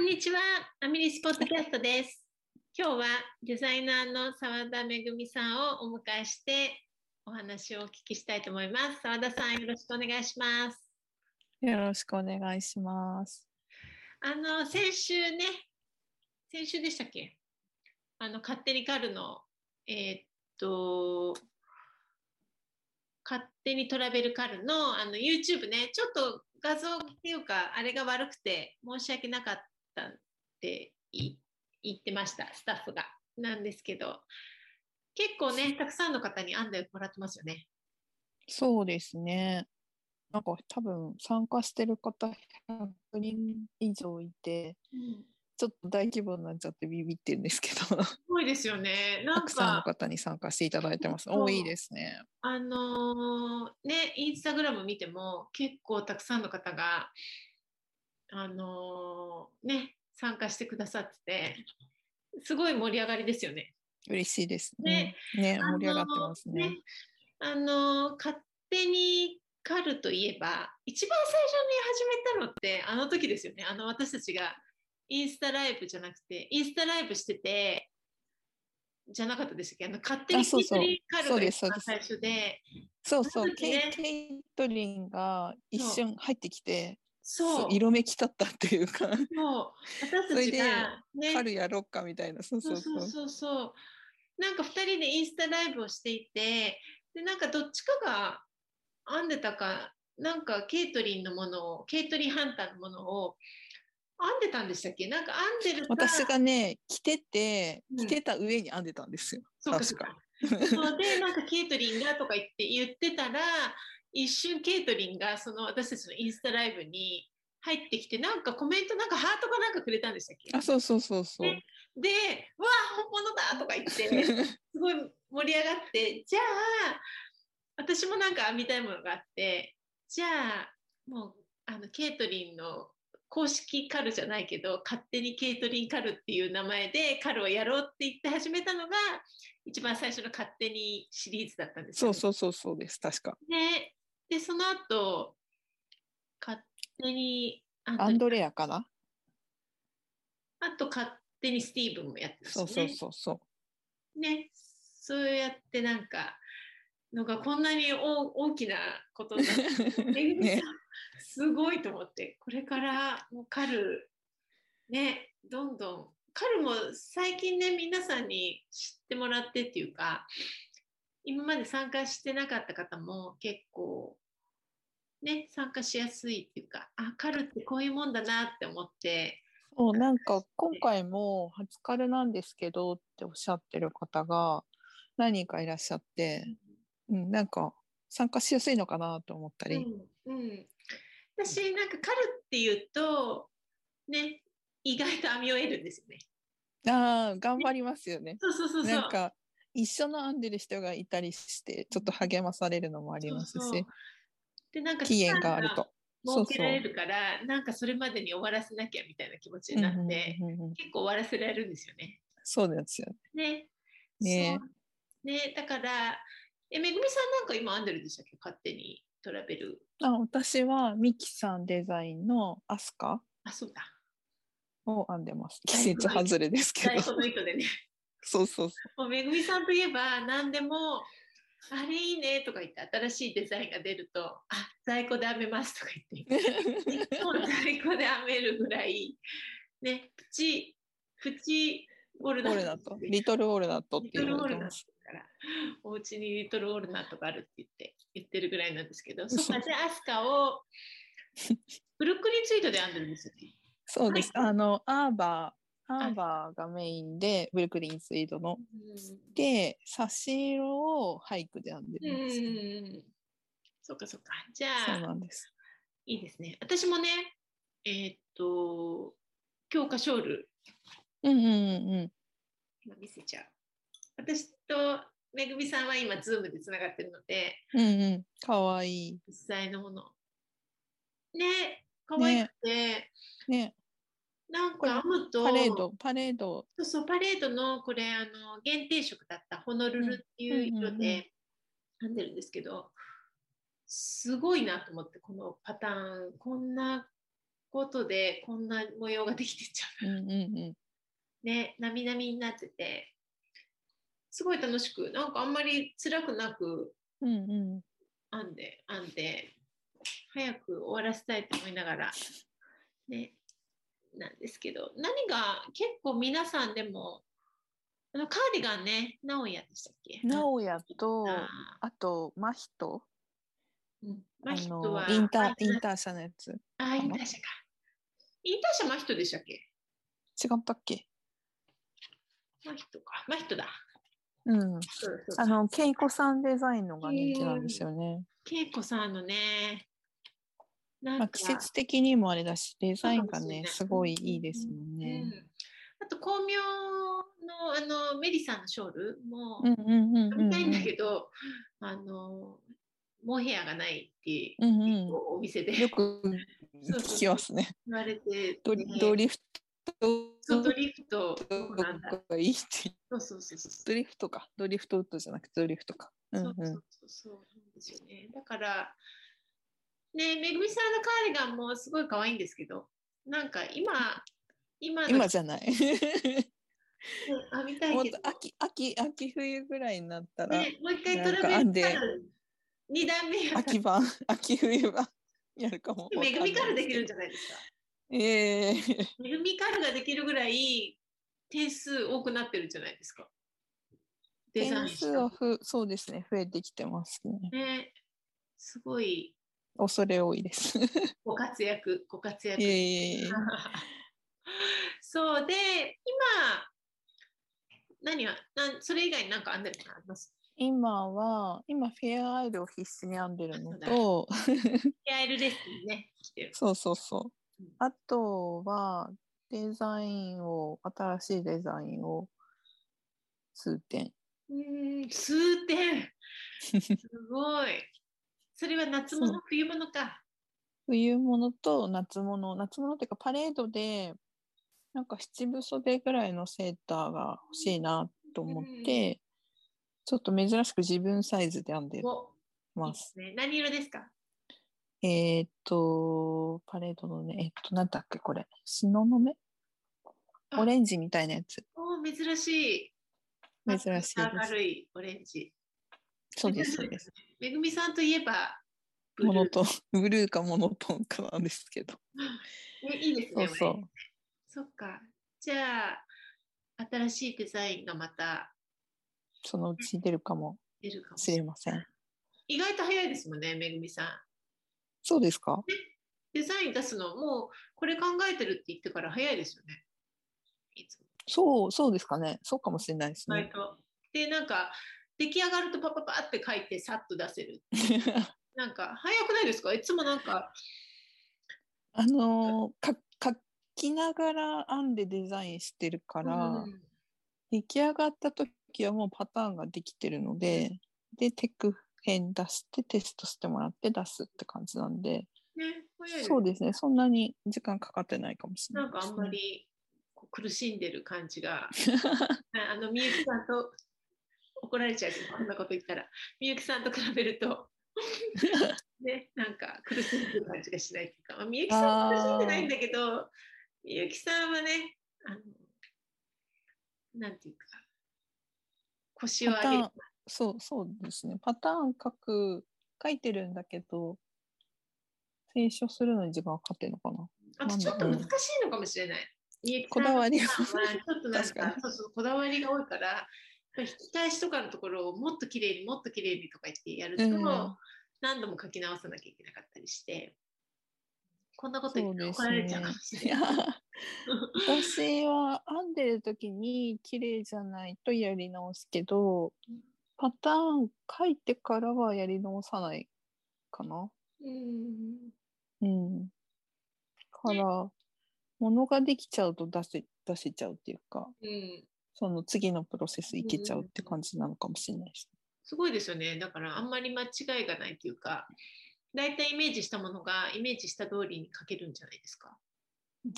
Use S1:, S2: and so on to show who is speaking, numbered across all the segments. S1: んにちは、アミリスポッドキャストです。今日はデザイナーの澤田めぐみさんをお迎えしてお話をお聞きしたいと思います。澤田さん、よろしくお願いします。
S2: よろしくお願いします。
S1: あの先週ね、先週でしたっけ？あの勝手にカルのえー、っと勝手にトラベルカルのあの YouTube ね、ちょっと画像っていうか、あれが悪くて申し訳なかったって言ってました、スタッフが。なんですけど、結構ね、たくさんの方に案内をもらってますよね。
S2: そうですね。なんか多分参加してる方100人以上いて、うん、ちょっと大規模になっちゃってビビってるんですけど。
S1: すごいですよね。なん
S2: かたくさんの方に参加していただいてます。多いですね。
S1: あのー、ね、インスタグラム見ても結構たくさんの方が、あのー、ね、参加してくださってて、すごい盛り上がりですよね。
S2: 嬉しいですね。ね、ね盛り上がってますね。ね
S1: あのー、勝手にカルといえば、一番最初に始めたのってあの時ですよね。あの私たちがインスタライブじゃなくて、インスタライブしてて、じゃなかったでしたっけあの勝手にケイトリンカルが一番最初で。
S2: そうそう、ね、ケイトリンが一瞬入ってきて、そう色めき立ったっていうか
S1: そう私たちが、
S2: ね、カルやろっかみたいな。そうそうそう。
S1: そうそうなんか2人でインスタライブをしていて、でなんかどっちかが編んでたか、なんかケイトリンのものを、ケイトリンハンターのものを、編んでたんでしたっけなんか編んでる
S2: 私がね着てて着てた上に編んでたんですよ、うん、確か
S1: そうでなんかケイトリンがとか言って言ってたら一瞬ケイトリンがその私たちのインスタライブに入ってきてなんかコメントなんかハートかなんかくれたんでしたっけ
S2: あそうそうそうそう
S1: ででわあ本物だとか言っ てすごい盛り上がってじゃあ私もなんか編みたいものがあってじゃあもうあのケイトリンの公式カルじゃないけど勝手にケイトリンカルっていう名前でカルをやろうって言って始めたのが一番最初の勝手にシリーズだったんです
S2: よ、ね、そうそうそうそうです確か。
S1: ね、でその後勝手に
S2: アンドレアかな
S1: あと勝手にスティーブンもやってましたね。
S2: そうそうそう
S1: ねそうやってなんかのがこんなに大きなことになって、ね、すごいと思ってこれからもうカルねどんどんカルも最近ね皆さんに知ってもらってっていうか今まで参加してなかった方も結構ね参加しやすいっていうかあカルってこういうもんだなって思って
S2: そうなんか今回も「初カルなんですけど」っておっしゃってる方が何人かいらっしゃって。うん、なんか参加しやすいのかなと思ったり。
S1: うん、うん、私なんかカルっていうとね意外と編み終えるんですよね。
S2: ああ頑張りますよね。ね
S1: そうそうそう
S2: なんか一緒の編んでる人がいたりしてちょっと励まされるのもありますし。そうそう
S1: でなんか
S2: 期限があると。
S1: 設けられるからそなんかそれまでに終わらせなきゃみたいな気持ちになって、うんうんうんうん、結構終わらせられるんですよね。
S2: そうですよ
S1: ね。
S2: ね。
S1: ね、ね、だからえ、めぐみさんなんか今編んでるでしたっけ勝手にトラベル。
S2: あ、私はミキさんデザインのアスカ。
S1: あ、そう だ。
S2: を編んでます。季節外れですけど。
S1: の糸でね。。
S2: そうそうそう
S1: もうめぐみさんといえば何でも、あれいいねとか言って新しいデザインが出ると、あ、在庫で編めますとか言って、いつも在庫で編めるぐらい、ね、プチ、プチ
S2: オルナット。リトルオルナットっていう
S1: のが出ます。からお家にリトルオールナットがあるって言って言ってるぐらいなんですけどそうかじゃあアスカをブルックリンツイートで編んでるんですよね。
S2: そうです、はい、あのアーバーアーバーがメインでブルックリンツイートの、で差し色を俳句で編んでるんです
S1: うんそうかそうかじゃあ
S2: そうなんです
S1: いいですね私もねえー、っと教科書ール
S2: うんうんうん
S1: 今見せちゃう私とめぐみさんは今、ズームでつながってるので、
S2: うんうん、かわいい。
S1: 実際のもの。ね、かわいくて、ね、
S2: ね
S1: なんか編むと、
S2: パレード、パレード。
S1: そうそう、パレードのこれ、あの限定色だったホノルルっていう色で編んでるんですけど、うんうんうん、すごいなと思って、このパターン、こんな、ことでこんな模様ができてっちゃ
S2: うんうんうん。
S1: うねなみなみになっててすごい楽しくなんかあんまり辛くなく
S2: うんうん。
S1: 編んで編んで早く終わらせたいと思いながらねなんですけど何が結構皆さんでもあのカーディガンね直哉でしたっけ
S2: 直哉と、
S1: あ
S2: あと、真人。
S1: ーうん
S2: あ
S1: 真人
S2: の
S1: は
S2: インター
S1: あ、
S2: インター社のやつ。違
S1: あインター社かインター社真人でしたっけ
S2: ったっけ
S1: 真人か真人だ
S2: うん。
S1: そうそう
S2: あの、ケイコさんデザインのが人気なんですよね。
S1: 恵子さんのねなん
S2: まあ、季節的にもあれだし、デザインが
S1: そうですよ
S2: ね
S1: ね、
S2: すごいいいですもんね
S1: う。んあと光明のあのメリさんのショールも
S2: うんうんうんうん
S1: 見たいんだけど、あのモヘアがないって
S2: うんうん
S1: お店で
S2: よく
S1: そう
S2: 聞きますね。
S1: 言われて、
S2: ドリド
S1: リ
S2: リフ
S1: そ
S2: ト
S1: うドリフトなんだ
S2: がいいって。
S1: そうそうそうそう
S2: ドリフトか。ドリフトウッドじゃなくてドリフトか。う
S1: そ
S2: ん
S1: う
S2: う
S1: そ
S2: ん
S1: う。そうそうなんですよねだからねめぐみさんのカーディガンもすごい可愛いんですけどなんか今今の
S2: 今じゃ ない。
S1: うん編みたい
S2: もっ
S1: け
S2: と
S1: ど
S2: 秋、秋、秋冬ぐらいになったら、
S1: ね、もう一回
S2: な
S1: ト
S2: ん
S1: ラベ
S2: か
S1: ル
S2: 編んで
S1: カル二段目や
S2: 秋版、秋冬版やるかも。
S1: めぐみカルできるん
S2: じ
S1: じゃないですか
S2: ゃん。ええ
S1: めぐみカルができるぐらい点数多くなってるじゃないですかデザイン
S2: 点
S1: した
S2: 数はふ、そうですね、増えてきてますね。
S1: ねすごい
S2: 恐れ多 いです。
S1: ご活躍ご活躍
S2: いえいえいえ。
S1: そうで今何はなんそれ以外になんかあんだりあります
S2: 今は、今、フェアアイルを必死に編んでるのと、
S1: エアイルレッスンね来てる
S2: そうそうそう
S1: うん。
S2: あとは、デザインを、新しいデザインを数点。
S1: うーん数点すごいそれは夏物
S2: そう
S1: 冬物か
S2: 冬物と夏物、夏物っていうかパレードで、なんか七分袖ぐらいのセーターが欲しいなと思って、ちょっと珍しく自分サイズで編んで
S1: おいい
S2: ま。
S1: ですすね何色ですか
S2: えーっと、パレードのね、えっと、なんだっけ、これ。東雲
S1: あ
S2: オレンジみたいなやつ。
S1: おー珍しい
S2: 珍しいです
S1: 明るいオレンジ
S2: そうです、そうです。
S1: めぐみさんといえば ブル
S2: モ
S1: ー
S2: ノトン、ブルーかモノトンかなんですけど。
S1: ねいいです
S2: そう
S1: ね
S2: そ
S1: オレ
S2: う
S1: ンジ。そっかじゃあ新しいデザインがまた
S2: そのうち出るかも
S1: 出るかもし
S2: し
S1: れ
S2: れ
S1: ない
S2: ません。
S1: 意外と早いですもんねめぐみさん
S2: そうですか
S1: デザイン出すのもうこれ考えてるって言ってから早いですよねいつも
S2: そう、そうですかね。そうかもしれないで
S1: 意
S2: す
S1: 外
S2: ね。
S1: とでなんか出来上がるとパパパって書いてさっと出せるなんか早くないですかいつもなんか
S2: あのーか 書きながら編んでデザインしてるから、
S1: うん
S2: 出来上がった時はもうパターンができてるのででテク編出してテストしてもらって出すって感じなんで
S1: ね早いです
S2: そうですねそんなに時間かかってないかもしれ
S1: な
S2: ない
S1: んか
S2: で
S1: あ
S2: すね、
S1: んまりこう苦しんでる感じ がああのみゆきさんと怒られちゃうけどこんなこと言ったらみゆきさんと比べる とねなんか苦しんでる感じがしないっていうか、まあみゆきさんは苦しんでないんだけどみゆきさんはねあのなんていうか腰を
S2: パタ
S1: 上
S2: ー
S1: げ
S2: ンそうそうですねパターン書く書いてるんだけど清書するのに時間かかってるのかな
S1: あとちょっと
S2: うん
S1: 難しいのかもしれない。みゆきさん
S2: こだわりが
S1: はちょっとなん
S2: 確か
S1: かそうそうこだわりが多いから、やっぱり引き返しとかのところをもっと綺麗にもっと綺麗にとか言ってやると、
S2: うん
S1: 何度も書き直さなきゃいけなかったりして、こんなこと言って怒
S2: そう
S1: られ
S2: で
S1: ち
S2: す
S1: ゃう
S2: ね
S1: かもし
S2: い
S1: れ
S2: や
S1: ない。
S2: 私は編んでる時に綺麗じゃないとやり直すけどパターン書いてからはやり直さないかな
S1: うん
S2: うんから物ができちゃうと出せ出せちゃうっていうか
S1: うん、
S2: その次のプロセスいけちゃうって感じなのかもしれないです、
S1: すごいですよね。だからあんまり間違いがないというか、だいたいイメージしたものがイメージした通りに書けるんじゃないですか。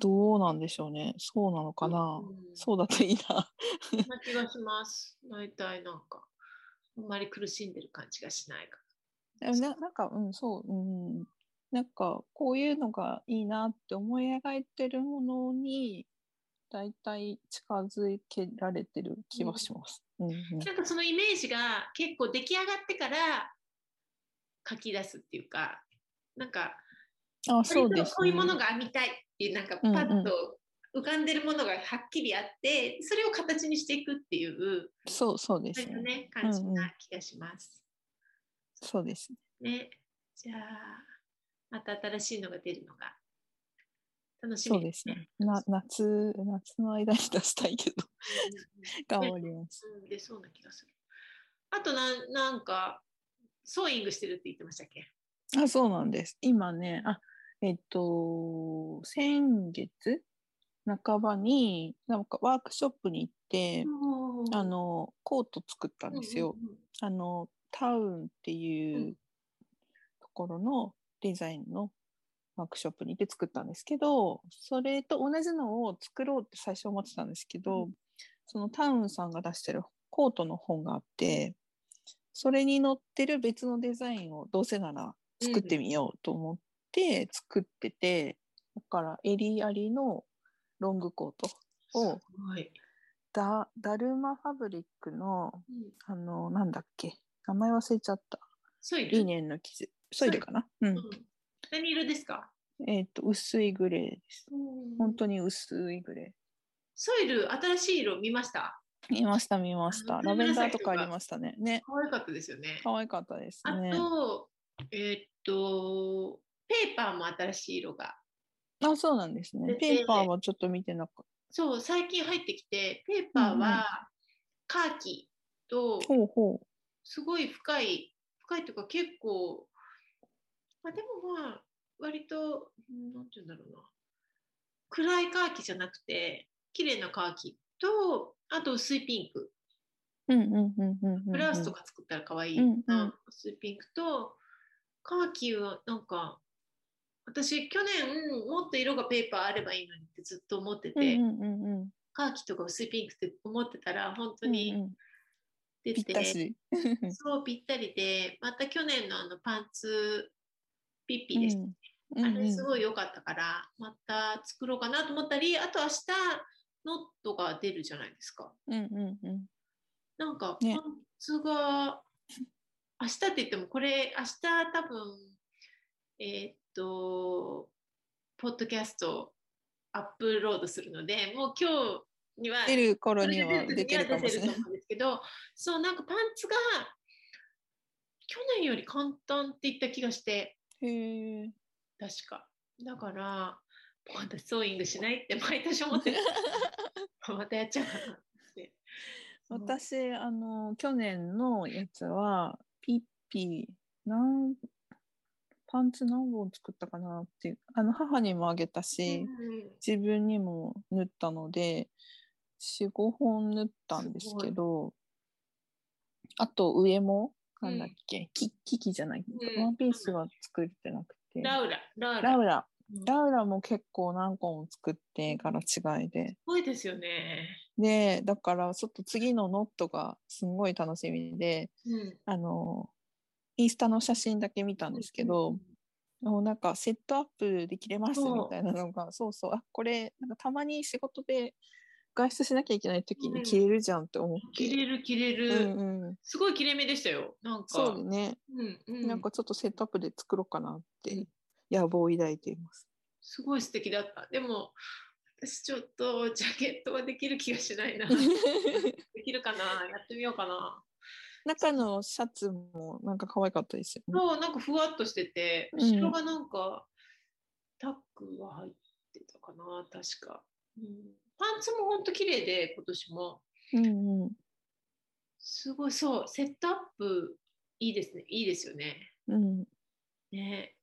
S2: どうなんでしょうねそうなのかな、
S1: うん
S2: そうだといいな
S1: そんな気がします。大体なんか、あんまり苦しんでる感じがしないか
S2: でもななんかうんそううんなんかこういうのがいいなって思い描いてるものに大体近づけられてる気はします。うんうん
S1: なんかそのイメージが結構出来上がってから書き出すっていうか、なんか、
S2: あそう
S1: 割
S2: で
S1: と
S2: す、ね。
S1: こういうものが編みたいっていう、なんかパ
S2: うんう
S1: ッ
S2: ん
S1: と浮かんでるものがはっきりあって、それを形にしていくっていう、
S2: そうそうで
S1: そ
S2: す
S1: うい
S2: ね
S1: う。ね、感じ
S2: うんうん
S1: な気がします。
S2: そうですね。
S1: ね、じゃあ、また新しいのが出るのが楽し
S2: そ
S1: み
S2: うですね。な夏夏の間に出したいけど頑張 ります。
S1: うん出そうな気がする。あとなん、なんか、ソーイングしてるって言ってましたっけ
S2: あ、そうなんです。今ね、あ、えっと、先月半ばに、なんかワークショップに行って、あの、コート作ったんですよ。。あの、タウンっていううんところのデザインのワークショップに行って作ったんですけど、それと同じのを作ろうって最初思ってたんですけど、
S1: う
S2: そのタウンさんが出してるコートの本があって、それに載ってる別のデザインをどうせなら作ってみようと思って作ってて、だから襟ありのロングコートを
S1: すごい。
S2: だ、ダルマファブリックの
S1: うん
S2: あの、なんだっけ。名前忘れちゃった。
S1: ソイル
S2: リネンの生地。ソイルかなう。
S1: うんん何色ですか
S2: えっ、と、薄いグレーです。本当
S1: に。
S2: に薄いグレ
S1: ソイル、新しい色見ました
S2: ー。見ました、見ました。
S1: あ
S2: ラ
S1: の
S2: ベンダー
S1: 紫
S2: と
S1: と
S2: か
S1: か
S2: ありましたね。ね。
S1: 可愛かったですよね。
S2: 可愛かったです
S1: あ
S2: ね。
S1: と、えーっと、ペーパーも新しい色が。
S2: あ、そうなんですね
S1: で。
S2: ペーパーはちょっと見てなかっ
S1: そう、最近入ってきて、ペーパー
S2: うんうん
S1: はカーキと、
S2: た。ほうほう。
S1: すごい深い、深いというか結構、まあでもまあ、割と、うんなんて言うんだろうな。暗いカーキじゃなくて、綺麗なカーキと、あと薄いピンク。
S2: うんうんうんうんうん。
S1: ブラウスとか作ったら可愛い、
S2: うんうん
S1: 薄いピンクとカーキはなんか私去年もっと色がペーパーあればいいのにってずっと思って
S2: うんう
S1: て、
S2: んうんうん。
S1: カーキとか薄いピンクって思ってたら本当
S2: うんう
S1: に
S2: ん
S1: 出
S2: ぴ
S1: て、
S2: ってたし。
S1: そうぴったりでまた去年のあのパンツピッピです、
S2: うん
S1: あ
S2: うんう
S1: れす
S2: ん
S1: ごい良かったからまた作ろうかなと思ったりあと明日ノットが出るじゃないですか
S2: うんうんうん。
S1: なんかパ
S2: ね
S1: ンツが、明日って言ってもこれ明日多分えーっとポッドキャストアップロードするのでもう今日には
S2: 出る頃
S1: それ
S2: に
S1: で
S2: は出てるかもしれ
S1: 出てる
S2: ない
S1: と。思うんですけどそうなんかパンツが去年より簡単って言った気がして
S2: へえ。
S1: 確かだからもう私ソーイングしないって毎年思ってる またやっちゃうかなってそう
S2: 私あの去年のやつはピッピなんパンツ何本作ったかなっていうあの母にもあげたし、
S1: うん
S2: 自分にも縫ったので45本縫ったんですけどあと上もなんだっけ、キキキじゃない、
S1: うん
S2: ワンピースは作れてなくて
S1: ラウラ、ラウラ。
S2: ラウラ
S1: うん
S2: ラウラも結構何個も作って柄違いです
S1: ごいですよね。
S2: でだからちょっと次のノットがすごい楽しみで
S1: うん。
S2: あのインスタの写真だけ見たんですけど、もうなんかセットアップできれます
S1: そう
S2: みたいなのがそうそうあこれなんかたまに仕事で外出しなきゃいけない時
S1: う
S2: に
S1: ん
S2: 着れるじゃんって思っ
S1: 切
S2: て、
S1: れる切れ
S2: う
S1: る、
S2: んうん、
S1: すごい切れ目でしたよ。なんか。
S2: そうでね、
S1: うんうん。
S2: なんかちょっとセットアップで作ろうかなっ
S1: う
S2: て
S1: ん
S2: 野望を抱いてい ます。
S1: すごい素敵だった。でも私ちょっとジャケットができる気がし ないな。できるかな。やってみようかな。
S2: 中のシャツもなんか可愛かったですよね。
S1: そうなんかふわっとしてて、
S2: うん
S1: 後ろがなんか、タックが入ってたかな確か。うん。パンツも本当綺麗で今年も。
S2: うんうん
S1: すごいそうセットアップいいですねいいですよね。
S2: うん、
S1: ね。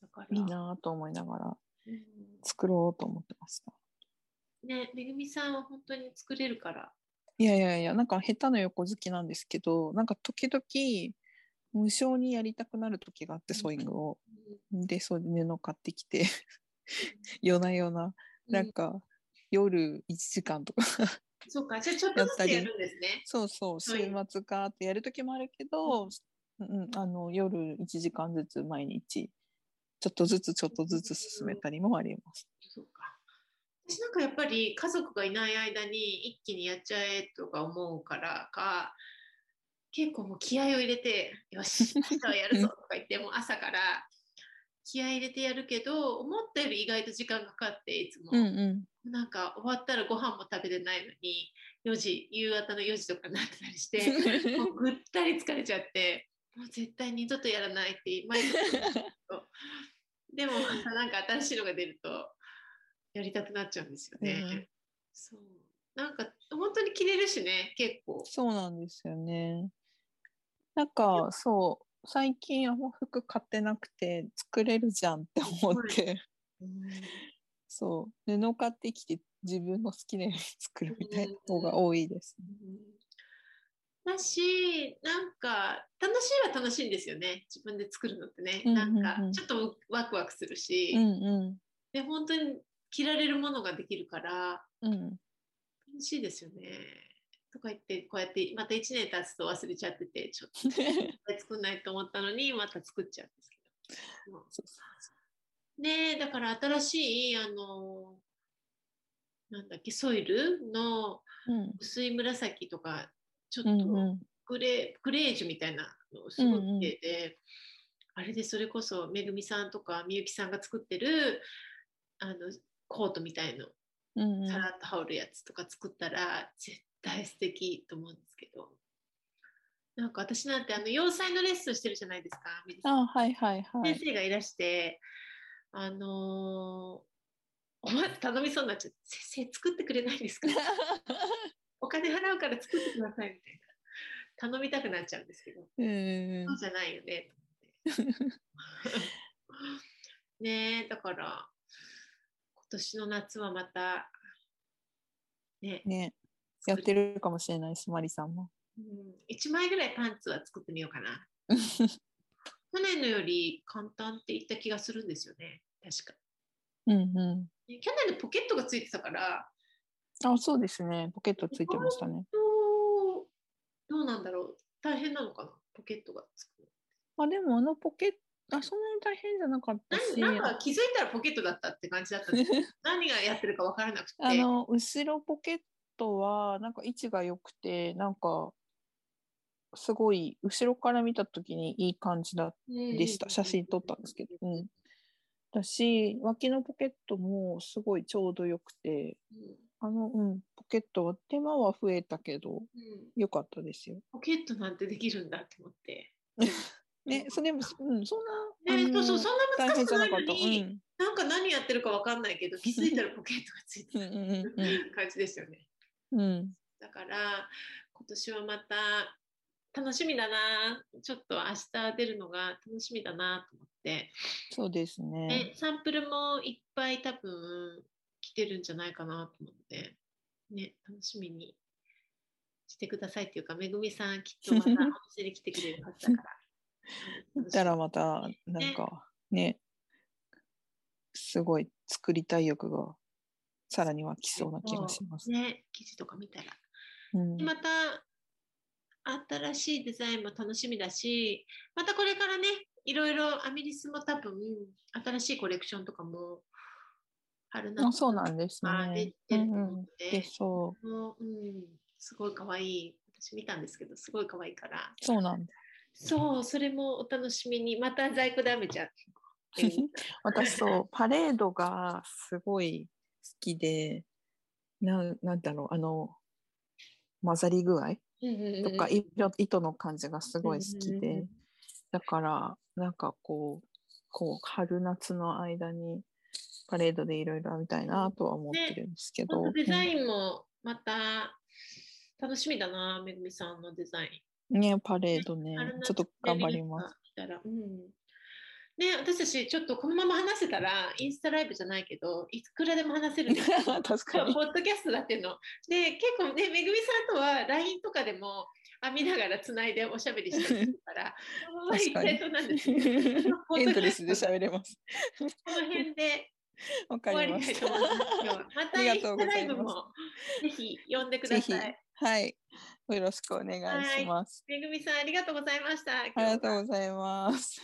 S1: だから。
S2: いいなぁと思いながら
S1: うん
S2: 作ろうと思ってました。
S1: ね、めぐみさんは本当に作れるから。
S2: いやいやいや、なんか下手な横好きなんですけど、なんか時々無性にやりたくなる時があって、
S1: うん
S2: ソーイングを。で、そう布買ってきて、 夜な夜な、
S1: う
S2: なんんか夜1時間とか、
S1: そうか、じゃあちょっとずつやるんですね。
S2: そうそう、週
S1: はい
S2: 末かってやる時もあるけど、うん、あの夜1時間ずつ毎日、ちちょっとずつちょっとずつ進めたりもあります。
S1: そうか私なんかやっぱり家族がいない間に一気にやっちゃえとか思うからか結構もう気合を入れて「よし明日はやるぞ」とか言ってもう朝から気合い入れてやるけど思ったより意外と時間かかっていつも、
S2: うんうん。
S1: なんか終わったらご飯も食べてないのに4時夕方の4時とかになってたり してもうぐったり疲れちゃってもう絶対二度とやらないって毎日 でもまたなんか新しいのが出るとやりたくなっちゃうんですよね。
S2: うん
S1: そうなんか本当に着れるしね結構。
S2: そうなんですよね。なんかそう最近あんま服買ってなくて作れるじゃんって思って、そう布買ってきて自分の好きなように作るみたいな方が多いですね。
S1: だしなんか楽しいは楽しいんですよね自分で作るのってね、
S2: うんうんうん
S1: なんかちょっとワクワクするし、
S2: うんう
S1: で本当に着られるものができるから
S2: んうん
S1: 楽しいですよね。とか言ってこうやってまた1年経つと忘れちゃっててちょっと作んないと思ったのにまた作っちゃうんですけど。
S2: そう
S1: ねえだから新しいあのなんだっけソイルの
S2: うん
S1: 薄い紫とかちょっ
S2: うん
S1: と
S2: うん
S1: グレー、グレージュみたいなのすごい綺麗で、あれでそれこそめぐみさんとかみゆきさんが作ってるあのコートみたいの
S2: うんうん
S1: さらっと羽織るやつとか作ったら絶対素敵と思うんですけどなんか私なんてあの洋裁のレッスンしてるじゃないですかみゆきさん
S2: あはいはいはい
S1: 先。生がいらして、あのー思わず頼みそうになっちゃって「先生作ってくれないん ですかお金払うから作ってください」みたいな頼みたくなっちゃうんですけど
S2: うん
S1: そうじゃないよねと 思って。ねえだから今年の夏はまたね
S2: ねやってるかもしれないですマリさんも。
S1: うん、1枚ぐらいパンツは作ってみようか な。去年のより簡単って言った気がするんですよね確か。
S2: うんう
S1: ね去年のポケットがついてたから
S2: ん。あそうですねポケットついてましたね。
S1: どうどうなんだろう大変なのかなポケットがつく
S2: あでもあのポケットあそんなに大変じゃなかったし。
S1: のなんなんか気づいたらポケットだったって感じだったんです けど何がやってるか分からなくて
S2: あの後ろポケットはなんか位置が良くてなんかすごい後ろから見た時にいい感じだ
S1: うん
S2: でした、写真撮ったんですけど、うん、だし脇のポケットもすごいちょうど良くて
S1: うん
S2: あの、うん、ポケットは手間は増えたけど
S1: うん
S2: 良かったですよ。
S1: ポケットなんてできるんだって思 って。
S2: ね、それも、うん、そんな、
S1: ね
S2: あの
S1: そうそうそんな
S2: 大
S1: 難
S2: 変
S1: し
S2: じ
S1: くな
S2: ゃないか
S1: の
S2: った。う
S1: に、
S2: ん、
S1: なんか何やってるか分かんないけど気づいたらポケットがついて
S2: うん、
S1: た
S2: うん、
S1: 感じですよね。
S2: うん、うん、
S1: だから今年はまた楽しみだなちょっと明日出るのが楽しみだなと思って、
S2: そうですね。
S1: ねサンプルもいっぱい多分来てるんじゃないかなと思って、ね、楽しみにしてくださいっていうかめぐみさんきっとまたお店に来てくれるはずだ から。
S2: だったらまた、なんか、ね。すごい作りたい欲が。さらに湧きそうな気がします。
S1: ね、記事とか見たら。
S2: うん
S1: で、また新しいデザインも楽しみだしまたこれからねいろいろアミリスも多分新しいコレクションとかも春夏
S2: あ、そうなんです
S1: まあ出
S2: ね
S1: て。
S2: う
S1: ると
S2: ん、
S1: 思う
S2: う
S1: の
S2: ん、
S1: で
S2: で、そう、
S1: もう、うん、すごい可愛い私見たんですけどすごい可愛いから
S2: そうなんだ。
S1: そうそれもお楽しみにまた在庫で編めちゃう
S2: 私 そうパレードがすごい好きでなんなんだろうあの混ざり具合とか
S1: す
S2: 色糸の感じがすごい好きでだからなんかこうこう春夏の間にパレードでいろいろみたいなとは思ってるんですけど、
S1: デザインもまた楽しみだなめぐみさんのデザイン。
S2: うんねパレードね
S1: 春夏
S2: ちょっと頑張ります。
S1: やりながら。うんね、私たちちょっとこのまま話せたらインスタライブじゃないけどいくらでも話せるんです よ
S2: 確かに
S1: ポッドキャストだっていうので結構ねめぐみさんとは LINE とかでも編みながらつないでおしゃべりしてるからあ
S2: 確かに
S1: そうなんですよポ
S2: エ
S1: ッド
S2: ント
S1: キャ
S2: レ
S1: ス
S2: スで喋れます。
S1: トこの辺で
S2: わか
S1: 終わ
S2: り
S1: り
S2: ま
S1: たいと
S2: した。
S1: 思います今日はまた
S2: あり
S1: イ
S2: が
S1: ンスタラ
S2: とうござ
S1: イ
S2: い
S1: ブ
S2: ます
S1: もぜひ呼んでく
S2: ぜ
S1: だ
S2: ひ
S1: さい。
S2: はい。よろしくお願いします。
S1: めぐみさんありがとうございました。今日
S2: あ
S1: は
S2: りがとうございます。